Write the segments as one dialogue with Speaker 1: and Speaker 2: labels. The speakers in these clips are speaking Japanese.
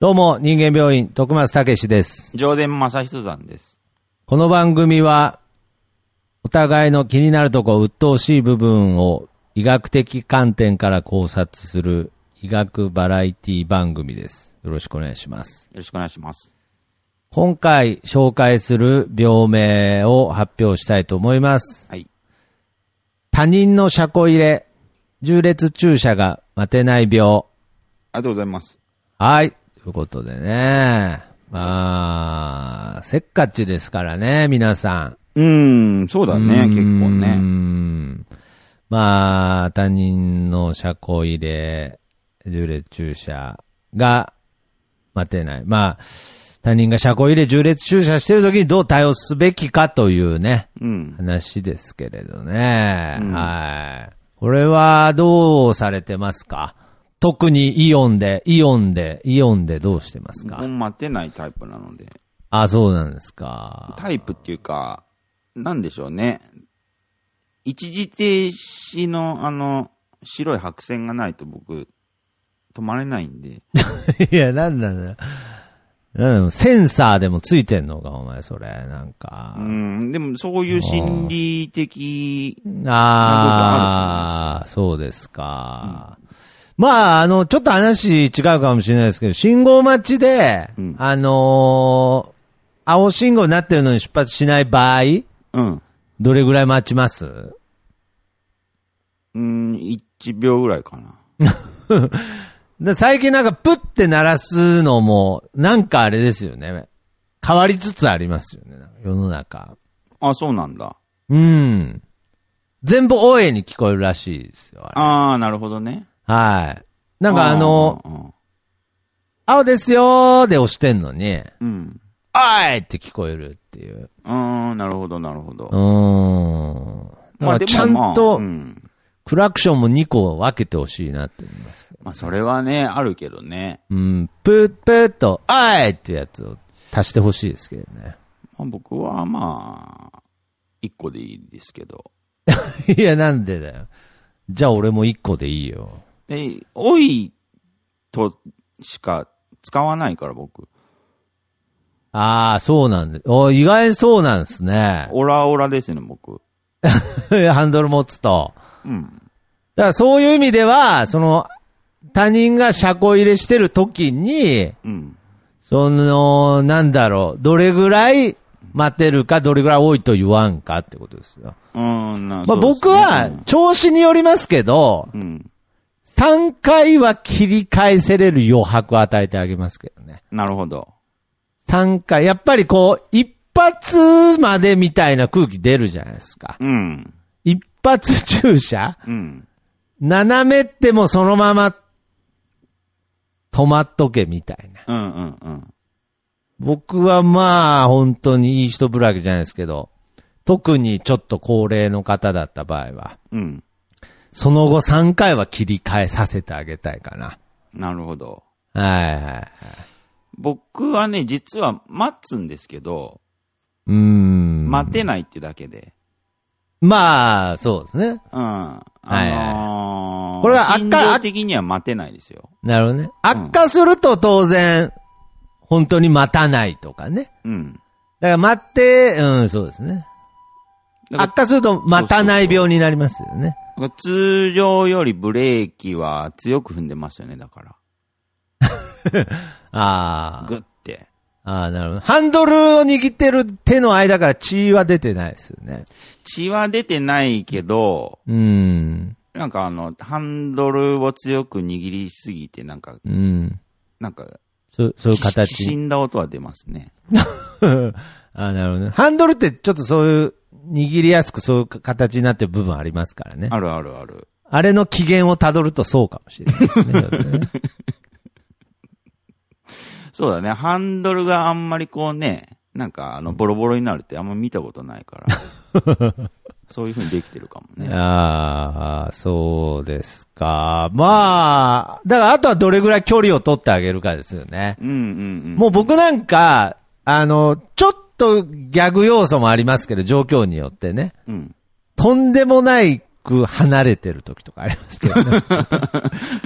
Speaker 1: どうも、人間病院、徳松たけしです。
Speaker 2: 上田正人さんです。
Speaker 1: この番組は、お互いの気になるとこ、鬱陶しい部分を医学的観点から考察する医学バラエティ番組です。よろしくお願いします。
Speaker 2: よろしくお願いします。
Speaker 1: 今回紹介する病名を発表したいと思います。
Speaker 2: はい。
Speaker 1: 他人の車庫入れ、重列注射が待てない病。
Speaker 2: ありがとうございます。
Speaker 1: はい。ということでね。まあ、せっかちですからね、皆さ
Speaker 2: うーん、そうだね、
Speaker 1: ん。
Speaker 2: 結構
Speaker 1: うー
Speaker 2: ね。
Speaker 1: ん。まあ、他人の車庫入れ、重列駐車が待てない。まあ、他人が車庫入れ、重列駐車してる時にどう対応すべきかというね、
Speaker 2: うん。
Speaker 1: 話ですけれどね。はい。これはどうされてますか特にイオンで、イオンで、イオンでどうしてますか、
Speaker 2: もう待てないタイプなので。
Speaker 1: あ、そうなんですか。
Speaker 2: タイプっていうか、なんでしょうね。一時停止の、あの、白い白線がないと僕、止まれないんで。
Speaker 1: いや、なんなんだよなんだよセンサーでもついてんのか、お前、それ。なんか
Speaker 2: う。ん、でもそういう心理的、
Speaker 1: ああ、そうですか。まあ、あの、ちょっと話違うかもしれないですけど、信号待ちで、
Speaker 2: うん
Speaker 1: あのー青信号になってるのに出発しない場合、
Speaker 2: うん。
Speaker 1: どれぐらい待ちます
Speaker 2: うん、1秒ぐらいかな。
Speaker 1: で最近なんかプッて鳴らすのも、なんかあれですよね。変わりつつありますよね、なんか世の中。
Speaker 2: あ、そうなんだ。
Speaker 1: うん。全部応援に聞こえるらしいですよ、あれ
Speaker 2: ああ、なるほどね。
Speaker 1: はい。なんかあの、
Speaker 2: うんうん
Speaker 1: 青ですよーで押してんのに、
Speaker 2: うん。
Speaker 1: おいって聞こえるっていう。
Speaker 2: うーん、なるほど、なるほど
Speaker 1: う。ーん。だから
Speaker 2: でも
Speaker 1: ちゃんと
Speaker 2: まあうん
Speaker 1: クラクションも2個分けてほしいなって思いますけど。
Speaker 2: まあ、それはね、あるけどね。
Speaker 1: うん、プップッと、おいっていうやつを足してほしいですけどね。
Speaker 2: まあ、僕は、まあ、一個でいいですけど。
Speaker 1: いや、なんでだよ。じゃあ俺も1個でいいよ。
Speaker 2: で、おいとしか使わないから、僕。
Speaker 1: ああ、そうなんで。お意外にそうなんですね。
Speaker 2: オラオラですね、僕。
Speaker 1: ハンドル持つと。
Speaker 2: うん。
Speaker 1: だからそういう意味では、その、他人が車庫入れしてる時に、
Speaker 2: うん。
Speaker 1: その、なんだろう、どれぐらい待てるか、どれぐらい多いと言わんかってことですよ。
Speaker 2: うーん、な
Speaker 1: まあ、僕は、調子によりますけど、
Speaker 2: そうですねうん。
Speaker 1: 3回は切り返せれる余白を与えてあげますけどね。
Speaker 2: うんなるほど。
Speaker 1: 3回、やっぱりこう、一発までみたいな空気出るじゃないですか。
Speaker 2: うん。
Speaker 1: 一発注射
Speaker 2: うん。
Speaker 1: 斜めってもそのまま、止まっとけみたいな。
Speaker 2: うん、うん、うん。
Speaker 1: 僕はまあ、本当にいい人ぶらけじゃないですけど、特にちょっと高齢の方だった場合は、
Speaker 2: うん。
Speaker 1: その後3回は切り替えさせてあげたいかな。
Speaker 2: なるほど。
Speaker 1: はいはい。
Speaker 2: 僕はね、実は待つんですけど、
Speaker 1: うーん。
Speaker 2: 待てないってだけで。
Speaker 1: まあ、そうですね。
Speaker 2: うん。あ
Speaker 1: はい
Speaker 2: のー
Speaker 1: これは悪化
Speaker 2: 心情的には待てないですよ。
Speaker 1: なるほどね。悪化すると当然、本当に待たないとかね。
Speaker 2: うん。
Speaker 1: だから待って、うん、そうですね。
Speaker 2: だから
Speaker 1: 悪化すると待たない病になりますよね。
Speaker 2: だから通常よりブレーキは強く踏んでますよね、だから。
Speaker 1: あ
Speaker 2: グッて。
Speaker 1: あ。ああ、なるほど。ハンドルを握ってる手の間から血は出てないですよね。
Speaker 2: 血は出てないけど、
Speaker 1: うん。
Speaker 2: なんかあの、ハンドルを強く握りすぎて、なんか、
Speaker 1: うん。
Speaker 2: なんか、
Speaker 1: そう、そういう
Speaker 2: 死
Speaker 1: 形。
Speaker 2: んだ音は出ますね。
Speaker 1: あなるほどね。ハンドルってちょっとそういう、握りやすくそういう形になってる部分ありますからね。あ
Speaker 2: あるあるある。
Speaker 1: れの機嫌をたどるとそうかもしれないですねちょっとね。
Speaker 2: そうだね、ハンドルがあんまりこうね、なんかあの、ボロボロになるってあんま見たことないから。 そういう風にできてるかもね。
Speaker 1: ああ、そうですか。まあ、だからあとはどれぐらい距離を取ってあげるかですよね。
Speaker 2: うんうんうん。
Speaker 1: もう僕なんか、あの、ちょっとギャグ要素もありますけど、状況によってね。
Speaker 2: うん。
Speaker 1: とんでもないく離れてる時とかありますけど ね。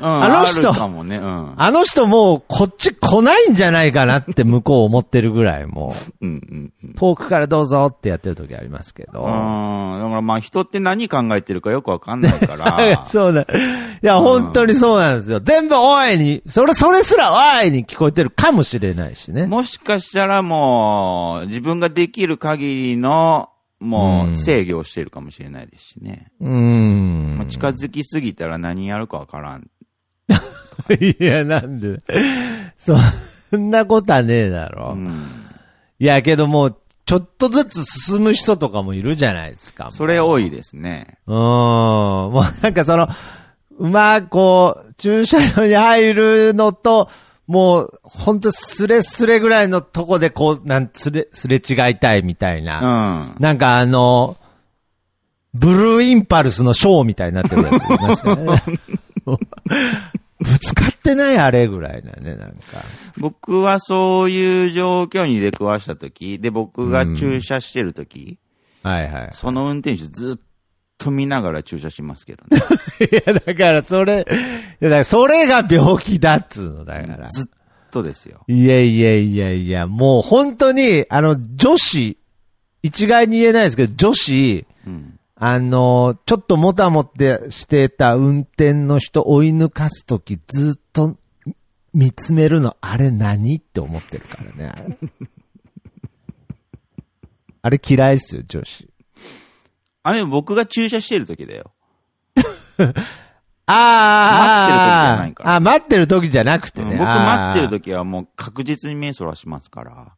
Speaker 1: あ
Speaker 2: あ
Speaker 1: の人
Speaker 2: あるかもね。うん。
Speaker 1: あの人もうこっち来ないんじゃないかなって向こう思ってるぐらいも
Speaker 2: うんうんうん
Speaker 1: う、遠くからどうぞってやってる時ありますけど。
Speaker 2: うん。だからまあ人って何考えてるかよくわかんないから。
Speaker 1: そう だ。いや、本当にそうなんですよ。全部、おいに、それ、それすら、おいに聞こえてるかもしれないしね。
Speaker 2: もしかしたらもう、自分ができる限りの、も
Speaker 1: うん
Speaker 2: う、制御をしてるかもしれないですしね。
Speaker 1: うーん
Speaker 2: まあ。近づきすぎたら何やるかわからん。
Speaker 1: いや、なんで。そんなことはねえだろ。
Speaker 2: うん。
Speaker 1: いや、けどもう、ちょっとずつ進む人とかもいるじゃないですか。
Speaker 2: それ多いですね。
Speaker 1: うーん。もうなんかその、うまくこう、駐車場に入るのと、もう、ほんとすれすれぐらいのとこでこう、なん、すれ、すれ違いたいみたいな。
Speaker 2: うん。
Speaker 1: なんかあの、ブルーインパルスのショーみたいになってるやついますよ ね。ぶつかってないあれぐらいなね、なんか。
Speaker 2: 僕はそういう状況に出くわしたとき、で、僕が駐車してるとき、
Speaker 1: はいはい。
Speaker 2: その運転手ずっと見ながら駐車しますけどね。
Speaker 1: いや、だからそれ、いや、だからそれが病気だっつうの、だから。
Speaker 2: ずっとですよ。
Speaker 1: いやいやいやいや、もう本当に、あの、女子、一概に言えないですけど、女子、
Speaker 2: うん。
Speaker 1: あの、ちょっともたもってしてた運転の人追い抜かすとき、ずっと見つめるの、あれ何って思ってるからね。あ れあれ嫌いっすよ、女子。
Speaker 2: あれ、僕が駐車してるときだよ。
Speaker 1: あ
Speaker 2: 待ってる時じゃない
Speaker 1: ー
Speaker 2: から
Speaker 1: あ、待ってる時じゃなくて
Speaker 2: う
Speaker 1: ね。
Speaker 2: ん僕待ってる
Speaker 1: 時。
Speaker 2: ときはもう確実に目そらしますから。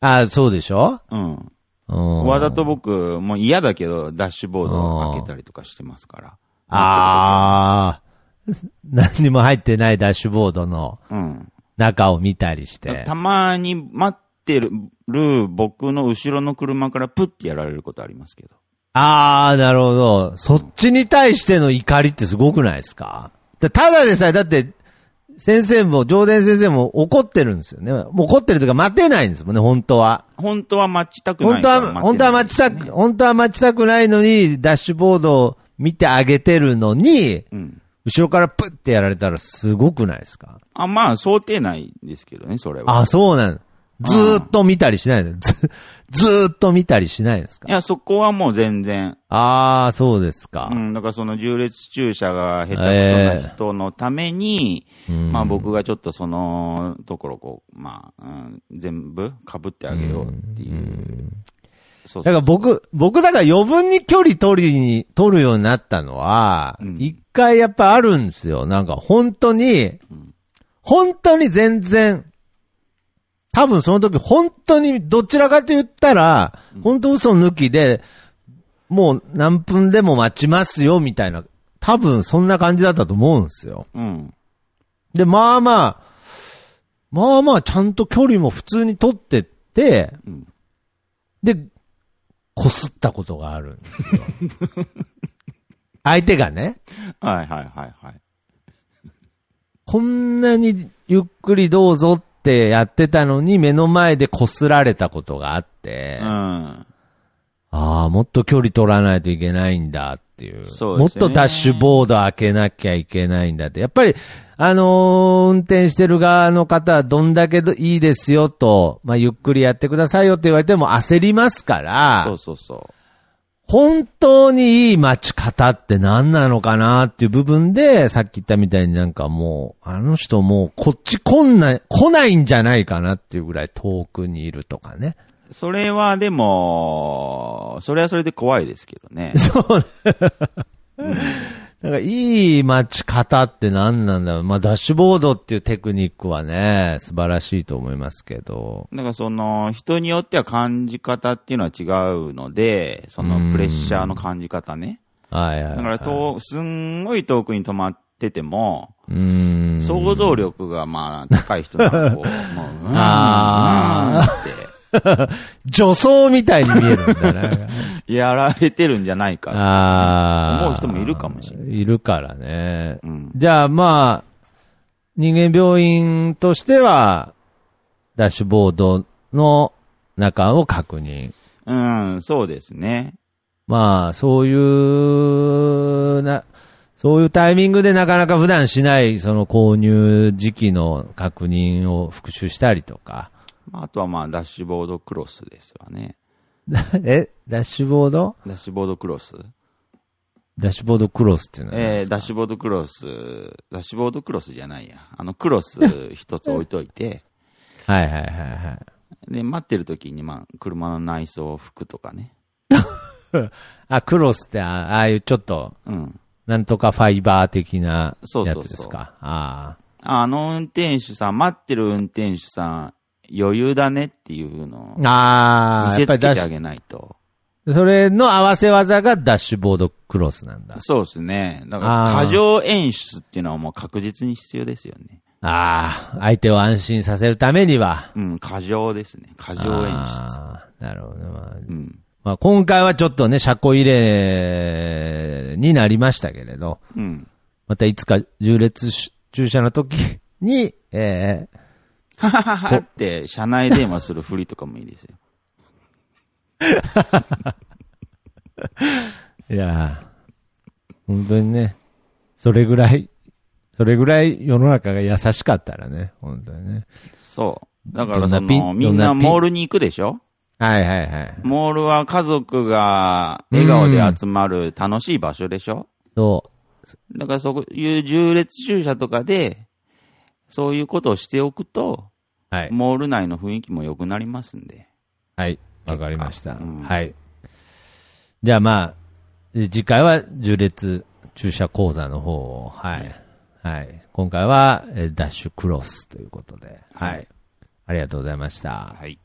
Speaker 1: あーそうでしょ
Speaker 2: うん。
Speaker 1: うん
Speaker 2: わざと僕、もう嫌だけど、ダッシュボードを開けたりとかしてますから。
Speaker 1: ああ、 何にも入ってないダッシュボードの
Speaker 2: うん。
Speaker 1: 中を見たりして。
Speaker 2: たまに待ってる僕の後ろの車からプッてやられることありますけど。
Speaker 1: ああ、なるほど。そっちに対しての怒りってすごくないですかだただでさえ、だって、先生も、上田先生も怒ってるんですよね。もう怒ってるというか待てないんですもんね、本当は。
Speaker 2: 本当は待ちたくな
Speaker 1: 本
Speaker 2: い
Speaker 1: 当
Speaker 2: から
Speaker 1: は、本当は待ちた
Speaker 2: てないんです
Speaker 1: く、
Speaker 2: よね
Speaker 1: 本当は待ちたくないのに、ダッシュボードを見てあげてるのに、
Speaker 2: うん。
Speaker 1: 後ろからプッてやられたらすごくないですか
Speaker 2: あ、まあ、想定内ですけどね、それは。
Speaker 1: あ、そうなんずーっと見たりしないの ず、ずーっと見たりしないんです
Speaker 2: い
Speaker 1: か
Speaker 2: や、そこはもう全然。
Speaker 1: ああ、そうですか。
Speaker 2: うん、だからその重列駐車が下手くそな人のために、
Speaker 1: うん
Speaker 2: まあ僕がちょっとそのところをこう、まあ、うん、全部被ってあげようっていう。そう
Speaker 1: だから僕、僕だから余分に距離取りに、取るようになったのは
Speaker 2: う、ん
Speaker 1: 一、回やっぱあるんですよ。なんか本当に、本当に全然、多分その時本当にどちらかと言ったら、本当嘘抜きで、もう何分でも待ちますよみたいな、多分そんな感じだったと思うんですよ。
Speaker 2: うん。
Speaker 1: で、まあまあ、まあまあちゃんと距離も普通に取ってって、
Speaker 2: うん
Speaker 1: で、こすったことがあるんですよ。 相手がね、
Speaker 2: はいはいはいはい。
Speaker 1: こんなにゆっくりどうぞってやってたのに目の前でこすられたことがあって、
Speaker 2: う
Speaker 1: あ
Speaker 2: ん。
Speaker 1: あ、もっと距離取らないといけないんだっていう。
Speaker 2: そう
Speaker 1: も
Speaker 2: で
Speaker 1: っ
Speaker 2: す
Speaker 1: と
Speaker 2: ね
Speaker 1: ダッシュボード開けなきゃいけないんだって。やっぱり、あのー運転してる側の方はどんだけいいですよと、まあ、ゆっくりやってくださいよって言われても焦りますから、
Speaker 2: そうそうそう。
Speaker 1: 本当にいい待ち方って何なのかなっていう部分で、さっき言ったみたいになんかもう、あの人もうこっち来んない、来ないんじゃないかなっていうぐらい遠くにいるとかね。
Speaker 2: それはでも、それはそれで怖いですけ どね。
Speaker 1: なんかいい待ち方って何なんだろう。まあダッシュボードっていうテクニックはね、素晴らしいと思いますけど。
Speaker 2: なんかその、人によっては感じ方っていうのは違うので、そのプレッシャーの感じ方ね。
Speaker 1: はいはい、はい。
Speaker 2: だからと、すんごい遠くに止まってても、
Speaker 1: うーん。
Speaker 2: 想像力がまあ、高い人ならこう、もう、うーん、
Speaker 1: あ
Speaker 2: うー
Speaker 1: 女装みたいに見えるん だね。
Speaker 2: んって、やられてるんじゃないか。
Speaker 1: ああ。。
Speaker 2: 思う人もいるかもしれない
Speaker 1: いるからね。
Speaker 2: うん。
Speaker 1: じゃあまあ、人間病院としては、ダッシュボードの中を確認。
Speaker 2: うん、そうですね。
Speaker 1: まあ、そういう、な、そういうタイミングでなかなか普段しない、その購入時期の確認を復習したりとか。
Speaker 2: まあ、あとはまあ、ダッシュボードクロスですわね。
Speaker 1: えダッシュボード
Speaker 2: ダッシュボードクロス
Speaker 1: ダッシュボードクロスっていうのは
Speaker 2: えー、ダッシュボードクロス、ダッシュボードクロスじゃないや。あの、クロス一つ置いといて、
Speaker 1: はいはいはいはい。
Speaker 2: で、待ってる時に、まあ、車の内装、服とかね。
Speaker 1: あ、クロスってあ、ああいうちょっと、
Speaker 2: うん。
Speaker 1: なんとかファイバー的な
Speaker 2: そうそう
Speaker 1: や
Speaker 2: そう
Speaker 1: つですか。あ
Speaker 2: ああの運転手さん、待ってる運転手さん、余裕だねっていうのを
Speaker 1: あ。ああ、
Speaker 2: 見せ
Speaker 1: やっ
Speaker 2: つ
Speaker 1: ぱ
Speaker 2: け
Speaker 1: りダ
Speaker 2: て
Speaker 1: ッ
Speaker 2: あ
Speaker 1: シ
Speaker 2: げないと。
Speaker 1: ュ、それの合わせ技がダッシュボードクロスなんだ。
Speaker 2: そうですね。だから、
Speaker 1: あー
Speaker 2: 過剰演出っていうのはもう確実に必要ですよね。
Speaker 1: ああ、相手を安心させるためには。
Speaker 2: うん、過剰ですね。過剰演出。
Speaker 1: ああなるほどね、まあ
Speaker 2: うん。
Speaker 1: まあ。今回はちょっとね、車庫入れになりましたけれど、
Speaker 2: うん。
Speaker 1: またいつか重列駐車の時に、 ええ
Speaker 2: ははははって、社内電話するふりとかもいいで すよ。
Speaker 1: いやー、本当にね、それぐらい、それぐらい世の中が優しかったらね、本当にね。
Speaker 2: そう。だから
Speaker 1: どんな
Speaker 2: そ
Speaker 1: ピ
Speaker 2: の、
Speaker 1: ン
Speaker 2: みん
Speaker 1: ど
Speaker 2: なん
Speaker 1: なピン
Speaker 2: モールに行くでしょ
Speaker 1: はいはいはい。
Speaker 2: モールは家族が笑顔で集まる楽しい場所でしょ
Speaker 1: そ
Speaker 2: だからそういう重列駐車とかで、そういうことをしておくと、
Speaker 1: う。はい。
Speaker 2: モール内の雰囲気も良くなりますんで。
Speaker 1: はい。わかりました。
Speaker 2: うん
Speaker 1: はい。じゃあまあ、で次回は重列駐車講座の方を、はい。はい。今回は、えーダッシュクロスということで、は
Speaker 2: はい
Speaker 1: い。ありがとうございました。
Speaker 2: はい。